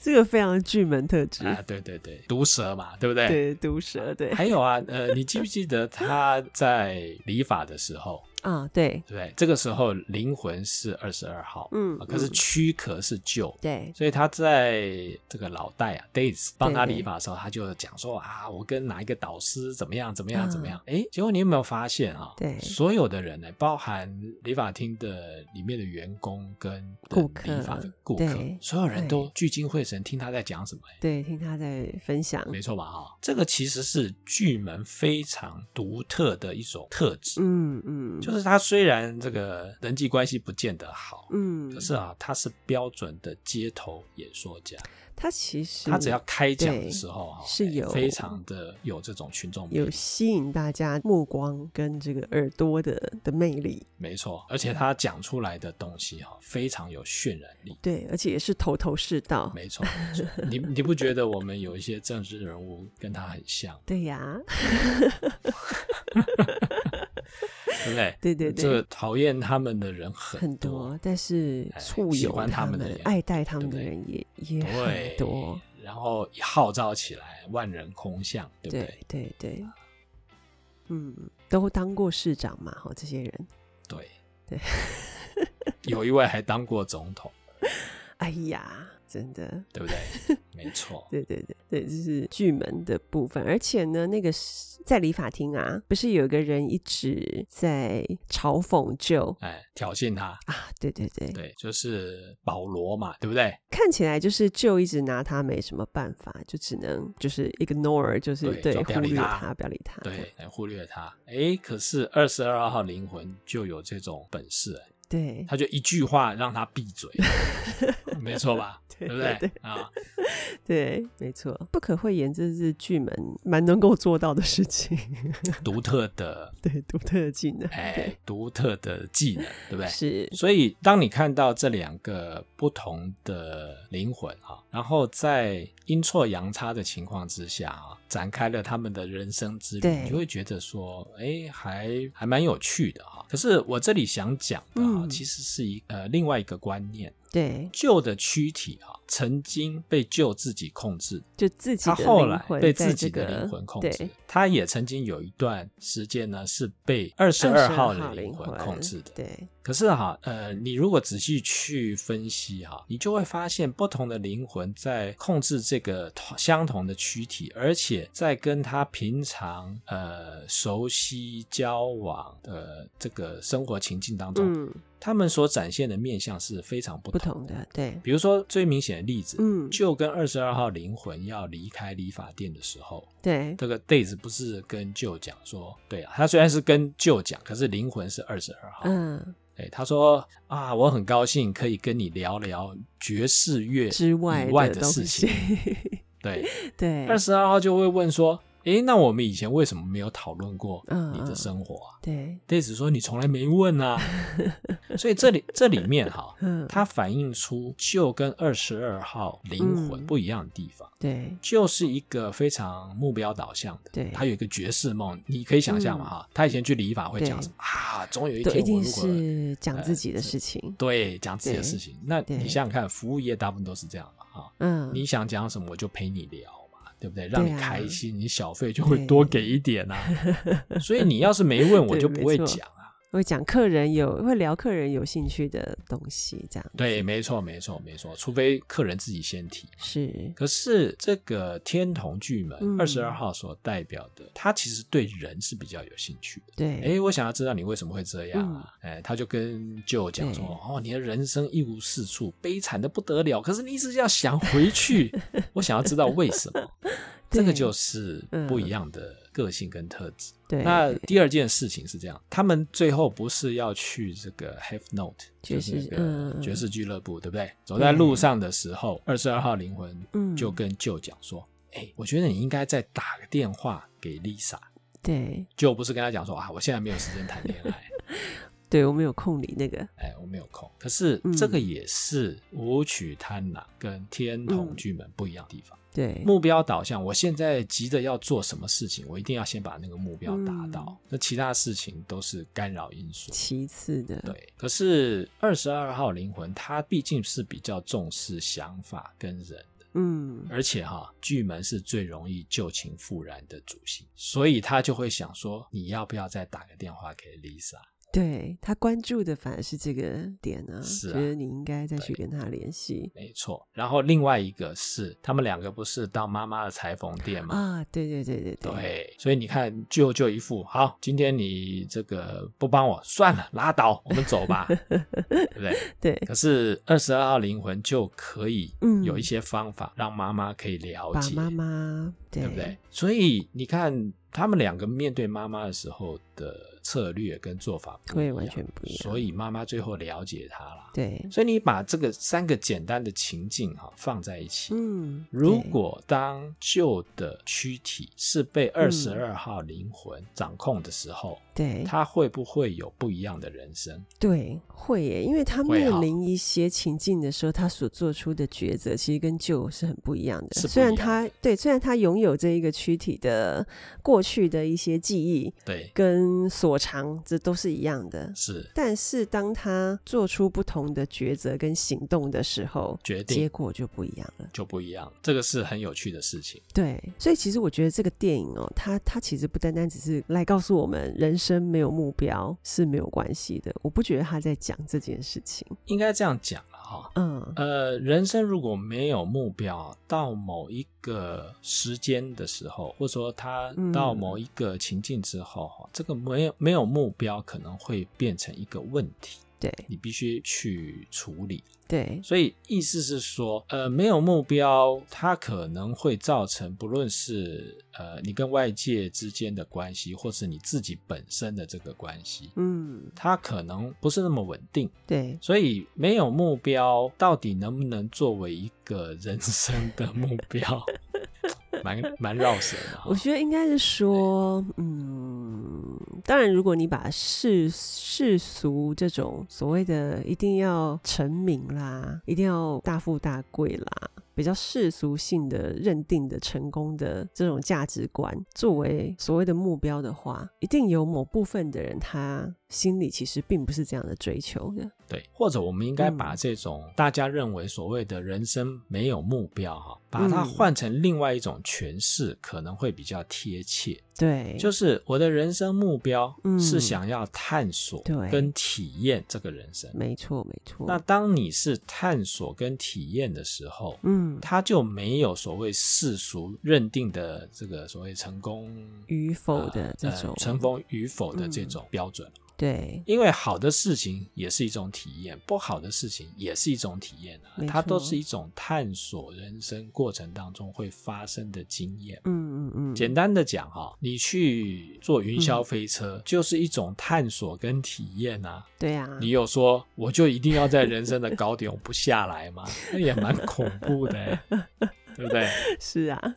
Speaker 2: 这个非常巨门特质。
Speaker 1: 啊，对对对，毒蛇嘛，对不对？
Speaker 2: 对，毒蛇，对
Speaker 1: 还有啊，呃，你记不记得他在理发的时候，
Speaker 2: 啊，对，
Speaker 1: 对不对？这个时候灵魂是二十二号，
Speaker 2: 嗯
Speaker 1: 啊可是
Speaker 2: 嗯
Speaker 1: 躯壳是旧，
Speaker 2: 对，
Speaker 1: 所以他在这个老戴啊，Days 帮他
Speaker 2: 对对
Speaker 1: 理发的时候，他就讲说啊，我跟哪一个导师怎么样怎么样
Speaker 2: 嗯
Speaker 1: 怎么样。哎、结果你有没有发现啊？
Speaker 2: 对
Speaker 1: 所有的人呢，包含理发厅的里面的员工跟
Speaker 2: 顾客
Speaker 1: 理发的顾客
Speaker 2: 对，
Speaker 1: 所有人都
Speaker 2: 对
Speaker 1: 聚精会神听他在讲什么、诶
Speaker 2: 对，听他在分享，
Speaker 1: 没错吧？哈，这个其实是巨门非常独特的一种特质，
Speaker 2: 嗯嗯，
Speaker 1: 就是他虽然这个人际关系不见得好，
Speaker 2: 嗯
Speaker 1: 可，是啊，他是标准的街头演说家。
Speaker 2: 他其实
Speaker 1: 他只要开讲的时候哈，
Speaker 2: 是
Speaker 1: 哎
Speaker 2: 有
Speaker 1: 非常的有这种群众魅
Speaker 2: 有
Speaker 1: 力，
Speaker 2: 吸引大家目光跟这个耳朵的的魅力，
Speaker 1: 没错，而且他讲出来的东西哈，非常有渲染力。
Speaker 2: 对，而且也是头头是道，
Speaker 1: 没 错，你你不觉得我们有一些政治人物跟他很像，
Speaker 2: 对呀，
Speaker 1: 嗯对不对？
Speaker 2: 对对对
Speaker 1: 这个讨厌他们的人很
Speaker 2: 很多，但是
Speaker 1: 哎
Speaker 2: 簇
Speaker 1: 喜
Speaker 2: 拥
Speaker 1: 欢他
Speaker 2: 他
Speaker 1: 们的
Speaker 2: 们、
Speaker 1: 人
Speaker 2: 爱戴他
Speaker 1: 对
Speaker 2: 们
Speaker 1: 不
Speaker 2: 的
Speaker 1: 对
Speaker 2: 人也也很
Speaker 1: 对，
Speaker 2: 多，
Speaker 1: 然后一号召起来，万人空巷，对啊不
Speaker 2: 对对对，嗯，都当过市长嘛，哈，这些人，
Speaker 1: 对
Speaker 2: 对
Speaker 1: 有一位还当过总统，
Speaker 2: 哎呀，真的，
Speaker 1: 对不 对？没错，
Speaker 2: 对对对对，这是巨门的部分，而且呢，那个是在理发厅啊，不是有一个人一直在嘲讽就
Speaker 1: 哎，挑衅他，
Speaker 2: 啊，对对对，
Speaker 1: 对，就是保罗嘛，对不对？
Speaker 2: 看起来就是就一直拿他没什么办法，就只能就是 ignore，就是
Speaker 1: 对
Speaker 2: 对
Speaker 1: 就不要
Speaker 2: 忽
Speaker 1: 理
Speaker 2: 略
Speaker 1: 他
Speaker 2: 他，不要理他，
Speaker 1: 对，来忽略他。哎，可是二十二号灵魂就有这种本事，诶
Speaker 2: 对
Speaker 1: 他就一句话让他闭 嘴，没错吧？
Speaker 2: 对
Speaker 1: 对不
Speaker 2: 对
Speaker 1: 对？啊，
Speaker 2: 对，没错，不可讳言，这是巨门蛮能够做到的事情，
Speaker 1: 独特 的，
Speaker 2: 对，独特的技能，
Speaker 1: 哎，独特的技能，对不对？
Speaker 2: 是，
Speaker 1: 所以，当你看到这两个不同的灵魂啊，然后在阴错阳差的情况之下啊，展开了他们的人生之旅，
Speaker 2: 对
Speaker 1: 你就会觉得说，哎，还还蛮有趣的啊。可是我这里想讲的啊，
Speaker 2: 嗯
Speaker 1: 其实是一呃另外一个观念，
Speaker 2: 对，
Speaker 1: 旧的躯体啊，曾经被旧自己控制，
Speaker 2: 就自己
Speaker 1: 他
Speaker 2: 的
Speaker 1: 后
Speaker 2: 灵
Speaker 1: 来
Speaker 2: 魂
Speaker 1: 被
Speaker 2: 在
Speaker 1: 自
Speaker 2: 这
Speaker 1: 己的
Speaker 2: 个
Speaker 1: 灵魂控制
Speaker 2: 对，
Speaker 1: 他也曾经有一段时间呢是被二十
Speaker 2: 22
Speaker 1: 二号的
Speaker 2: 灵
Speaker 1: 灵魂控制的。
Speaker 2: 对，
Speaker 1: 可是哈，呃，你如果仔细去分析哈，你就会发现不同的灵魂在控制这个同相同的躯体，而且在跟他平常呃熟悉交往的这个生活情境当中，
Speaker 2: 嗯，
Speaker 1: 他们所展现的面相是非常不
Speaker 2: 不
Speaker 1: 同
Speaker 2: 同的，对，
Speaker 1: 比如说最明显的例子，
Speaker 2: 嗯，
Speaker 1: 就跟二十二号灵魂要离开理发店的时候，
Speaker 2: 对，
Speaker 1: 这个 Days 不是跟舅讲说，对啊，他虽然是跟舅讲，可是灵魂是二十二号，
Speaker 2: 嗯，
Speaker 1: 哎，他说啊，我很高兴可以跟你聊聊爵士乐
Speaker 2: 之外
Speaker 1: 以外
Speaker 2: 的
Speaker 1: 的
Speaker 2: 东
Speaker 1: 事
Speaker 2: 西
Speaker 1: 情。， 对，
Speaker 2: 对，
Speaker 1: 二十二号就会问说，诶，那我们以前为什么没有讨论过
Speaker 2: 嗯
Speaker 1: 你
Speaker 2: 嗯
Speaker 1: 的生活啊
Speaker 2: 对，
Speaker 1: ？Days 说你从来没问啊， 所以这里这里面哈，
Speaker 2: 嗯，
Speaker 1: 它反映出旧跟二十二号灵魂
Speaker 2: 嗯
Speaker 1: 不一样的地方。
Speaker 2: 对，
Speaker 1: 就是一个非常目标导向的，
Speaker 2: 对嗯
Speaker 1: 他有一个爵士梦，你可以想象嘛哈、他以前去理发会讲什么啊？总有一
Speaker 2: 都
Speaker 1: 天
Speaker 2: 一
Speaker 1: 我
Speaker 2: 定
Speaker 1: 如果
Speaker 2: 是讲
Speaker 1: 呃
Speaker 2: 自己的
Speaker 1: 是
Speaker 2: 事情，
Speaker 1: 对，讲自己的
Speaker 2: 对
Speaker 1: 事情。那
Speaker 2: 对
Speaker 1: 你想想看，服务业大部分都是这样嘛，哈，
Speaker 2: 嗯，
Speaker 1: 你想讲什么我就陪你聊嘛，对不对？让你
Speaker 2: 对啊
Speaker 1: 开心，你小费就会多给一点啊。所以你要是没问，我
Speaker 2: 对
Speaker 1: 就不会
Speaker 2: 没错
Speaker 1: 讲啊。
Speaker 2: 会讲客人有会聊客人有兴趣的东西，这样
Speaker 1: 对，没错，没错，没错，除非客人自己先提。
Speaker 2: 是
Speaker 1: 可是这个天童巨门
Speaker 2: 嗯
Speaker 1: 二十二号所代表的，他其实对人是比较有兴趣的。
Speaker 2: 对，
Speaker 1: 哎，我想要知道你为什么会这样啊？
Speaker 2: 嗯
Speaker 1: 哎、他就跟舅讲说：“哦，你的人生一无是处，悲惨的不得了。可是你一直要想回去，我想要知道为什 么。”这个
Speaker 2: 对嗯
Speaker 1: 就是不一样的个性跟特质。
Speaker 2: 对，
Speaker 1: 那第二件事情是这样，他们最后不是要去这个 Have Note
Speaker 2: 爵
Speaker 1: 就是
Speaker 2: 士
Speaker 1: 那
Speaker 2: 嗯
Speaker 1: 个
Speaker 2: 嗯
Speaker 1: 爵士俱乐部，对不对？走在路上的时候，二十二号灵
Speaker 2: 嗯
Speaker 1: 魂就跟舅讲说：“哎、我觉得你应该再打个电话给 Lisa。”
Speaker 2: 对
Speaker 1: 就不是跟他讲说啊，我现在没有时间谈恋 爱，
Speaker 2: 对，我们有空理那个，
Speaker 1: 哎，我没有空。可是
Speaker 2: 嗯
Speaker 1: 这个也是武曲贪婪跟天
Speaker 2: 嗯
Speaker 1: 同巨门不一样的地方。
Speaker 2: 对，
Speaker 1: 目标导向，我现在急着要做什么事情，我一定要先把那个目标达到，那其他事情都是干扰因素。
Speaker 2: 嗯其次的，
Speaker 1: 对，可是二十二号灵魂，它毕竟是比较重视想法跟人。
Speaker 2: 嗯，
Speaker 1: 而且哈、巨门是最容易旧情复燃的主星，所以他就会想说，你要不要再打个电话给 Lisa？
Speaker 2: 对他关注的反而是这个点啊，
Speaker 1: 是啊
Speaker 2: 觉得你应该再去跟他联系
Speaker 1: 没错。然后另外一个是，他们两个不是到妈妈的裁缝店吗？
Speaker 2: 啊，对对对对对，
Speaker 1: 对，所以你看，舅舅一副好，今天你这个不帮我算了，拉倒，我们走 吧，对不对？
Speaker 2: 对
Speaker 1: 可是二十二号灵魂就可以
Speaker 2: 嗯
Speaker 1: 有一些方法让妈妈可以了
Speaker 2: 把
Speaker 1: 解，
Speaker 2: 妈妈对
Speaker 1: 对不对？所以你看，他们两个面对妈妈的时候的策略跟做法不一
Speaker 2: 会
Speaker 1: 样，
Speaker 2: 完全不一样，
Speaker 1: 所以妈妈最后了解他了。
Speaker 2: 对，
Speaker 1: 所以你把这个三个简单的情境哈、放在一起，
Speaker 2: 嗯，
Speaker 1: 如
Speaker 2: 对
Speaker 1: 果当旧的躯体是被
Speaker 2: 嗯
Speaker 1: 二十二号灵魂掌控的时候，
Speaker 2: 对
Speaker 1: 它会不会有不一样的人生？
Speaker 2: 对，会耶，因为他
Speaker 1: 会
Speaker 2: 面
Speaker 1: 哈
Speaker 2: 临一些情境的时候，他所做出的抉择其实跟旧是很不一样的。
Speaker 1: 是
Speaker 2: 虽
Speaker 1: 不
Speaker 2: 然
Speaker 1: 一样
Speaker 2: 他
Speaker 1: 的
Speaker 2: 对，虽然他拥有这一个躯体的过去的一些记忆
Speaker 1: 对，
Speaker 2: 跟所长，这都是一样的。
Speaker 1: 是
Speaker 2: 但是当他做出不同的抉择跟行动的时候，
Speaker 1: 决
Speaker 2: 结
Speaker 1: 定
Speaker 2: 果就不一样了。
Speaker 1: 就不一样，这个是很有趣的事情。
Speaker 2: 对，所以其实我觉得这个电影哦，它它其实不单单只是来告诉我们人生没有目标是没有关系的。我不觉得他在讲这件事情。
Speaker 1: 应该这样讲了哈、
Speaker 2: 嗯，
Speaker 1: 呃，人生如果没有目标，到某一个时间的时候，或者说他到
Speaker 2: 嗯
Speaker 1: 某一个情境之后，哈、这个没有没有目标，可能会变成一个问题，
Speaker 2: 对
Speaker 1: 你必须去处理。
Speaker 2: 对，
Speaker 1: 所以意思是说，呃，没有目标，它可能会造成不论是呃你跟外界之间的关系，或是你自己本身的这个关系，
Speaker 2: 嗯，
Speaker 1: 它可能不是那么稳定。
Speaker 2: 对，
Speaker 1: 所以没有目标，到底能不能作为一个人生的目标， 蛮蛮绕舌的哈
Speaker 2: 我。觉得应该是说，嗯，当然，如果你把世世俗这种所谓的一定要成名啦，一定要大富大贵啦，比较世俗性的认定的成功的这种价值观作为所谓的目标的话，一定有某部分的人他心里其实并不是这样的追求的。
Speaker 1: 对，或者我们应该
Speaker 2: 嗯
Speaker 1: 把这种大家认为所谓的人生没有目标哈，把它
Speaker 2: 嗯
Speaker 1: 换成另外一种诠释，可能会比较贴切。
Speaker 2: 对，
Speaker 1: 就是我的人生目标
Speaker 2: 嗯
Speaker 1: 是想要探索
Speaker 2: 对嗯
Speaker 1: 跟体验这个人生。
Speaker 2: 没错，没错。
Speaker 1: 那当你是探索跟体验的时候，
Speaker 2: 嗯，
Speaker 1: 它就没有所谓世俗认定的这个所谓成功
Speaker 2: 与否的
Speaker 1: 呃
Speaker 2: 这种嗯
Speaker 1: 呃成功与否的这种标准。
Speaker 2: 对，
Speaker 1: 因为好的事情也是一种体验，不好的事情也是一种体验啊
Speaker 2: 没，
Speaker 1: 它都
Speaker 2: 错
Speaker 1: 是一种探索人生过程当中会发生的经验。
Speaker 2: 嗯嗯嗯，
Speaker 1: 简单的讲哈，你去坐云霄飞车、就是一种探索跟体验啊。
Speaker 2: 对啊，
Speaker 1: 你有说我就一定要在人生的高点我不下来吗？那也蛮恐怖的、欸，对不对？
Speaker 2: 是啊，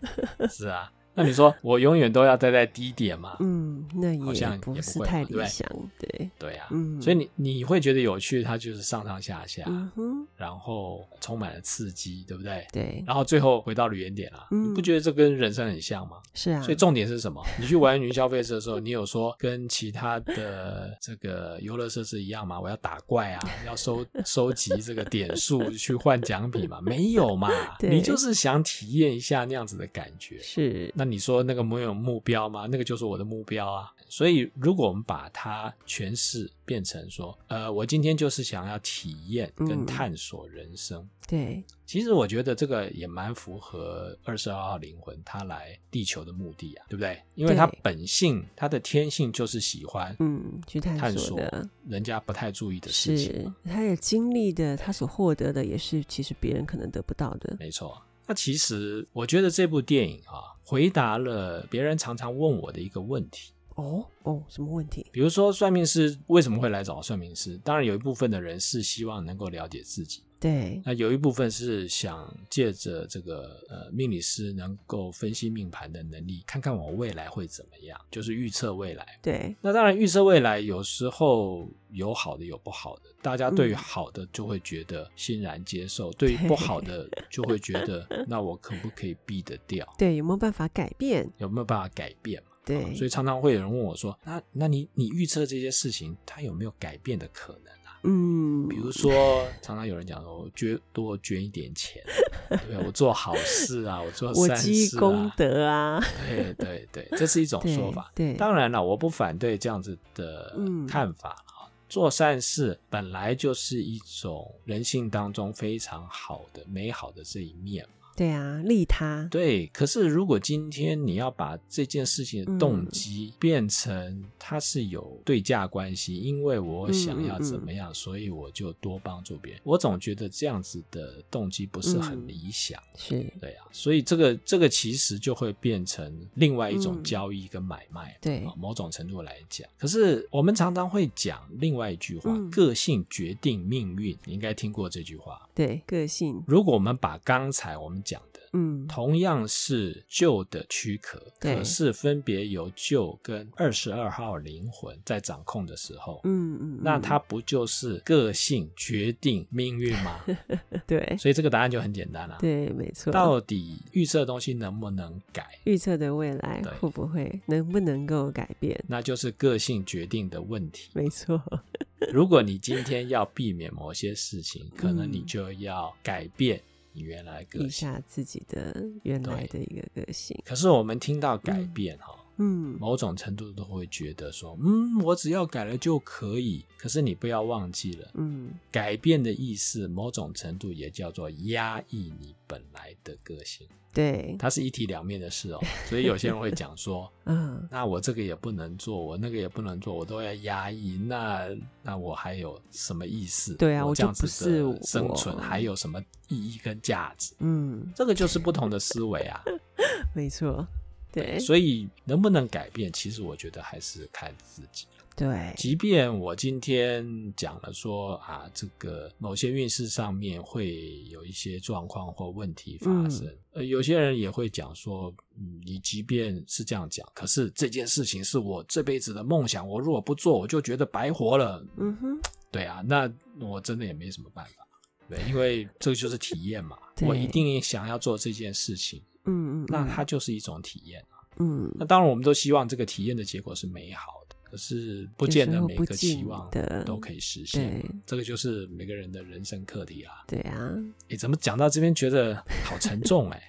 Speaker 1: 是啊。那你说我永远都要待在低点吗？
Speaker 2: 嗯，那
Speaker 1: 啊好像
Speaker 2: 也
Speaker 1: 也
Speaker 2: 不
Speaker 1: 不
Speaker 2: 是
Speaker 1: 会
Speaker 2: 太
Speaker 1: 嘛对不
Speaker 2: 理
Speaker 1: 对
Speaker 2: 想，对，
Speaker 1: 对啊，
Speaker 2: 嗯
Speaker 1: 所以你啊你会觉得有趣，它就是上上下下，
Speaker 2: 嗯哼，
Speaker 1: 然后充满了刺激，对不对？
Speaker 2: 对，
Speaker 1: 然后最后回到了原点啦、
Speaker 2: 嗯
Speaker 1: 你不觉得这跟人生很像吗？
Speaker 2: 是啊
Speaker 1: 所，以重点是什么？你去玩云霄飞车的时候，你有说跟其他的这个游乐设施一样吗？我要打怪啊，要 收收集这个点数去换奖品嘛？没有嘛，
Speaker 2: 对
Speaker 1: 你就是想体验一下那样子的感觉。
Speaker 2: 是
Speaker 1: 那你说那个没有目标吗？那个就是我的目标啊。所以，如果我们把它诠释变成说，呃，我今天就是想要体验跟
Speaker 2: 嗯
Speaker 1: 探索人生，
Speaker 2: 对，
Speaker 1: 其实我觉得这个也蛮符合二十二号灵魂他来地球的目的啊，对不对？因为
Speaker 2: 对
Speaker 1: 他本性，他的天性就是喜欢
Speaker 2: 嗯，去探
Speaker 1: 探
Speaker 2: 索
Speaker 1: 索
Speaker 2: 的，
Speaker 1: 人家不太注意的事情
Speaker 2: 是
Speaker 1: 嘛，
Speaker 2: 他也经历的，他所获得的也是其实别人可能得不到的。
Speaker 1: 没错。那其实我觉得这部电影啊，回答了别人常常问我的一个问题，
Speaker 2: 哦哦，什么问题？
Speaker 1: 比如说算命师为什么会来找算命师？当然有一部分的人是希望能够了解自己，
Speaker 2: 对，
Speaker 1: 那有一部分是想借着这个呃命理师能够分析命盘的能力，看看我未来会怎么样，就是预测未来。
Speaker 2: 对，
Speaker 1: 那当然，预测未来有时候有好的，有不好的。大家对于
Speaker 2: 嗯
Speaker 1: 好的就会觉得欣然接受，对于不好的就会觉得，那我可不可以避得掉？
Speaker 2: 对，有没有办法改变？
Speaker 1: 有没有办法改变嘛？
Speaker 2: 对，
Speaker 1: 啊所以常常会有人问我说：“那那你你预测这些事情，它有没有改变的可能？”啊
Speaker 2: 嗯，
Speaker 1: 比如说，常常有人讲说，我捐多捐一点钱，啊对我做好事啊，我做
Speaker 2: 我
Speaker 1: 善
Speaker 2: 积
Speaker 1: 事
Speaker 2: 功
Speaker 1: 啊，
Speaker 2: 德啊，
Speaker 1: 对对对，这是一种
Speaker 2: 对
Speaker 1: 说法。
Speaker 2: 对，
Speaker 1: 当然了，我不反对这样子的
Speaker 2: 嗯
Speaker 1: 看法啊。做善事本来就是一种人性当中非常好的、美好的这一面。
Speaker 2: 对啊，利他，
Speaker 1: 对，可是如果今天你要把这件事情的
Speaker 2: 嗯
Speaker 1: 动机变成它是有对价关系，因为我
Speaker 2: 嗯
Speaker 1: 想要怎么样，所以我就多帮助别人。我总觉得这样子的动机不是
Speaker 2: 嗯
Speaker 1: 很理想，
Speaker 2: 是
Speaker 1: 对啊，所以这个这个其实就会变成另外一种交易跟买卖。
Speaker 2: 嗯对
Speaker 1: 啊，某种程度来讲，可是我们常常会讲另外一句话：
Speaker 2: 嗯
Speaker 1: 个性决定命运。你应该听过这句话。
Speaker 2: 对，个性，
Speaker 1: 如果我们把刚才我们讲的
Speaker 2: 嗯，
Speaker 1: 同样是旧的躯壳，
Speaker 2: 对
Speaker 1: 可是分别由旧跟二十二号灵魂在掌控的时候，
Speaker 2: 嗯嗯，
Speaker 1: 那
Speaker 2: 嗯
Speaker 1: 它不就是个性决定命运 吗？
Speaker 2: 对
Speaker 1: 所以这个答案就很简单了、
Speaker 2: 对，没错，
Speaker 1: 到底预测的东西能不能改，
Speaker 2: 预测的未来
Speaker 1: 对
Speaker 2: 会不会能不能够改变？
Speaker 1: 那就是个性决定的问 题。
Speaker 2: 没错，
Speaker 1: 如果你今天要避免某些事情，可能你就要改变你原来的
Speaker 2: 嗯一
Speaker 1: 个性。
Speaker 2: 下自己的原来的一个个性，
Speaker 1: 可是我们听到改变哈、
Speaker 2: 嗯，
Speaker 1: 某种程度都会觉得说，嗯，我只要改了就可以。可是你不要忘记了，
Speaker 2: 嗯，
Speaker 1: 改变的意思，某种程度也叫做压抑你本来的个性，
Speaker 2: 对，
Speaker 1: 它是一体两面的 事哦。所以有些人会讲说，
Speaker 2: 嗯，
Speaker 1: 那我这个也不能做，我那个也不能做，我都要压抑，那那我还有什么意思？
Speaker 2: 对啊
Speaker 1: 我
Speaker 2: 我
Speaker 1: 这
Speaker 2: 就
Speaker 1: 样
Speaker 2: 不是
Speaker 1: 子的生存
Speaker 2: 我
Speaker 1: 还有什么意义跟价值？
Speaker 2: 嗯，
Speaker 1: 这个就是不同的思维啊。
Speaker 2: 没错， 对，
Speaker 1: 所以能不能改变，其实我觉得还是看自己。
Speaker 2: 对，
Speaker 1: 即便我今天讲了说啊，这个某些运势上面会有一些状况或问题发生，呃，有些人也会讲说，嗯，你即便是这样讲，可是这件事情是我这辈子的梦想，我如果不做，我就觉得白活了。
Speaker 2: 嗯哼，，
Speaker 1: 对啊，那我真的也没什么办法，对，因为这个就是体验嘛
Speaker 2: 对
Speaker 1: 我一定想要做这件事情，
Speaker 2: 嗯嗯，
Speaker 1: 那它就是一种体验。
Speaker 2: 嗯，
Speaker 1: 那
Speaker 2: 嗯，
Speaker 1: 当然，我们都希望这个体验的结果是美好的，可是不见得每个期望都可以实现
Speaker 2: 对。
Speaker 1: 这个就是每个人的人生课题啦。
Speaker 2: 对啊，
Speaker 1: 诶，怎么讲到这边觉得好沉重哎、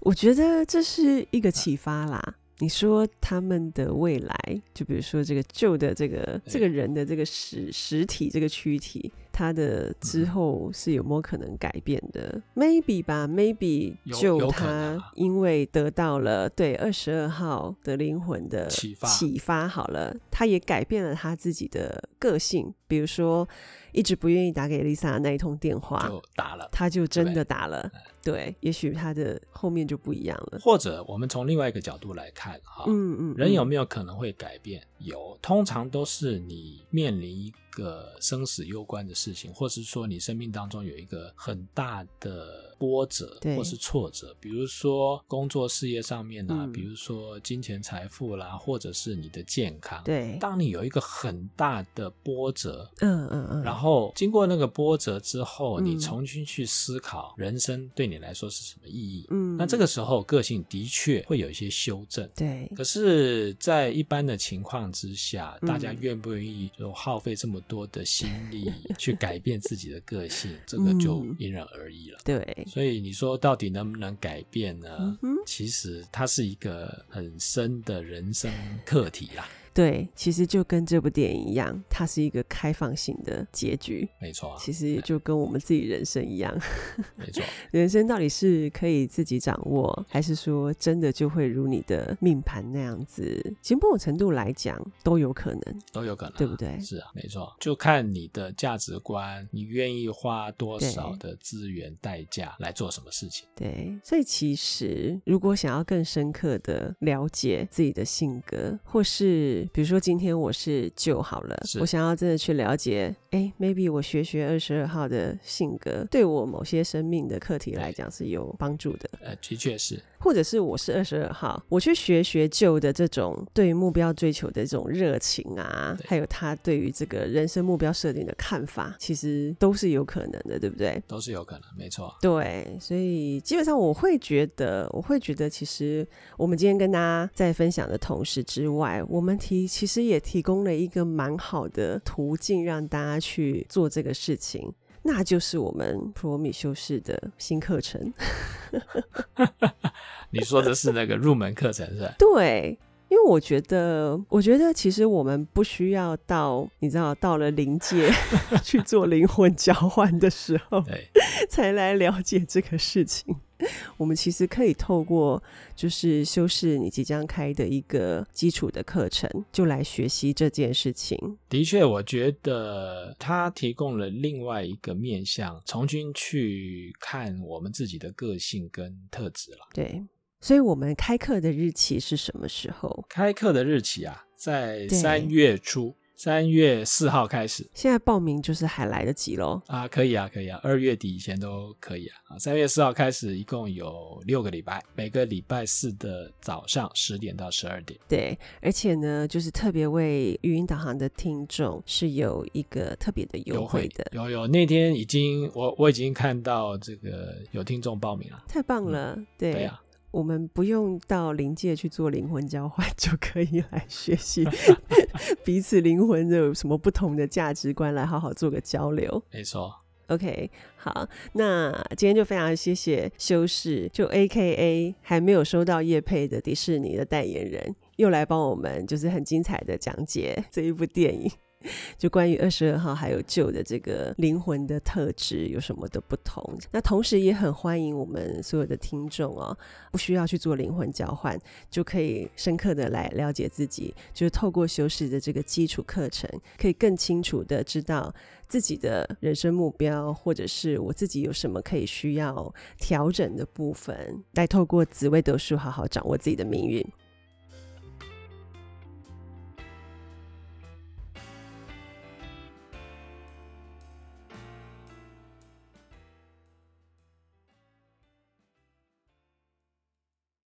Speaker 2: 我觉得这是一个启发啦。你说他们的未来，就比如说这个旧的这个
Speaker 1: 对
Speaker 2: 这个人的这个实实体这个躯体，他的之
Speaker 1: 嗯
Speaker 2: 后是有没有可能改变的？Maybe 吧，Maybe
Speaker 1: 有
Speaker 2: 就
Speaker 1: 有可能
Speaker 2: 他
Speaker 1: 啊
Speaker 2: 因为得到了对二十二号的灵魂的
Speaker 1: 启发
Speaker 2: 启发好了，他也改变了他自己的个性，比如说一直不愿意打给 Lisa 的那一通电话，
Speaker 1: 就打了。
Speaker 2: 他就真
Speaker 1: 对
Speaker 2: 的打了。对，也许他的后面就不一样了。
Speaker 1: 或者我们从另外一个角度来看啊哈、
Speaker 2: 嗯嗯，
Speaker 1: 人有
Speaker 2: 嗯
Speaker 1: 没有可能会改变？有，通常都是你面临一个生死攸关的事情，或是说你生命当中有一个很大的波折
Speaker 2: 对
Speaker 1: 或是挫折，比如说工作事业上面啊，
Speaker 2: 嗯
Speaker 1: 比如说金钱财富啦，或者是你的健康。，
Speaker 2: 对，
Speaker 1: 当你有一个很大的波折。
Speaker 2: 嗯嗯嗯，
Speaker 1: 然
Speaker 2: 后
Speaker 1: 后经过那个波折之后，你
Speaker 2: 嗯
Speaker 1: 重新去思考人生对你来说是什么意义。
Speaker 2: 嗯，
Speaker 1: 那这个时候个性的确会有一些修正，
Speaker 2: 对
Speaker 1: 可是，在一般的情况之下，
Speaker 2: 嗯
Speaker 1: 大家愿不愿意就耗费
Speaker 2: 嗯
Speaker 1: 这么多的心力去改变自己的个性，这个就因人而异了。
Speaker 2: 对
Speaker 1: 所以你说到底能不能改变呢？
Speaker 2: 嗯哼
Speaker 1: 其实它是一个很深的人生课题啦、
Speaker 2: 对，其实就跟这部电影一样，它是一个开放性的结局。
Speaker 1: 没错啊，
Speaker 2: 其实也就跟我们自己人生一样，
Speaker 1: 没错，
Speaker 2: 人生到底是可以自己掌握，还是说真的就会如你的命盘那样子？其实某种程度来讲，都有可能。
Speaker 1: 都有可能啊、
Speaker 2: 对不对
Speaker 1: 是啊，没错，就看你的价值观，你愿意花多少的资源代价来做什么事情。
Speaker 2: 对，所以其实如果想要更深刻的了解自己的性格，或是比如说今天我是九好了，
Speaker 1: 是
Speaker 2: 我想要真的去了解，哎，maybe 我学学二十二号的性格，对我某些生命的课题来讲是有帮助的。
Speaker 1: 呃，的确是，
Speaker 2: 或者是我是二十二号，我去学学旧的这种对目标追求的这种热情啊，
Speaker 1: 对
Speaker 2: 还有他对于这个人生目标设定的看法，其实都是有可能的，对不对？
Speaker 1: 都是有可能，没错。
Speaker 2: 对，所以基本上我会觉得，我会觉得，其实我们今天跟大家在分享的同时之外，我们提其实也提供了一个蛮好的途径，让大家去做这个事情。那就是我们普罗米修士的新课程，
Speaker 1: 你说的是那个入门课程是吧？
Speaker 2: 对，因为我觉得，我觉得其实我们不需要到你知道到了灵界 去做灵魂交换的时候，
Speaker 1: 对，
Speaker 2: 才来了解这个事情。 我们其实可以透过就是修饰你即将开的一个基础的课程，就来学习这件事情。
Speaker 1: 的确，我觉得它提供了另外一个面向，重新去看我们自己的个性跟特质了。
Speaker 2: 对，所以我们开课的日期是什么时候？
Speaker 1: 开课的日期啊，在
Speaker 2: 对
Speaker 1: 三月初，三月四号开始
Speaker 2: 现在报名就是还来得及喽。
Speaker 1: 啊，可以啊，可以啊，二月底以前都可以啊。啊，三月四号开始，一共有六个礼拜，每个礼拜四的早上十点到十二点。
Speaker 2: 对，而且呢，就是特别为语音导航的听众是有一个特别的优惠的，
Speaker 1: 有有，那天已经我我已经看到这个有听众报名了，
Speaker 2: 太棒了！对啊
Speaker 1: 对啊呀、
Speaker 2: 我们不用到灵界去做灵魂交换，就可以来学习彼此灵魂有什么不同的价值观，来好好做个交流。
Speaker 1: 没错，
Speaker 2: OK，好，那今天就非常谢谢修士，就 A K A 还没有收到叶配的迪士尼的代言人，又来帮我们就是很精彩的讲解这一部电影，就关于二十二号还有旧的这个灵魂的特质有什么的不同。那同时也很欢迎我们所有的听众哦，不需要去做灵魂交换，就可以深刻的来了解自己，就是透过修士的这个基础课程，可以更清楚的知道自己的人生目标，或者是我自己有什么可以需要调整的部分，来透过紫微斗数好好掌握自己的命运。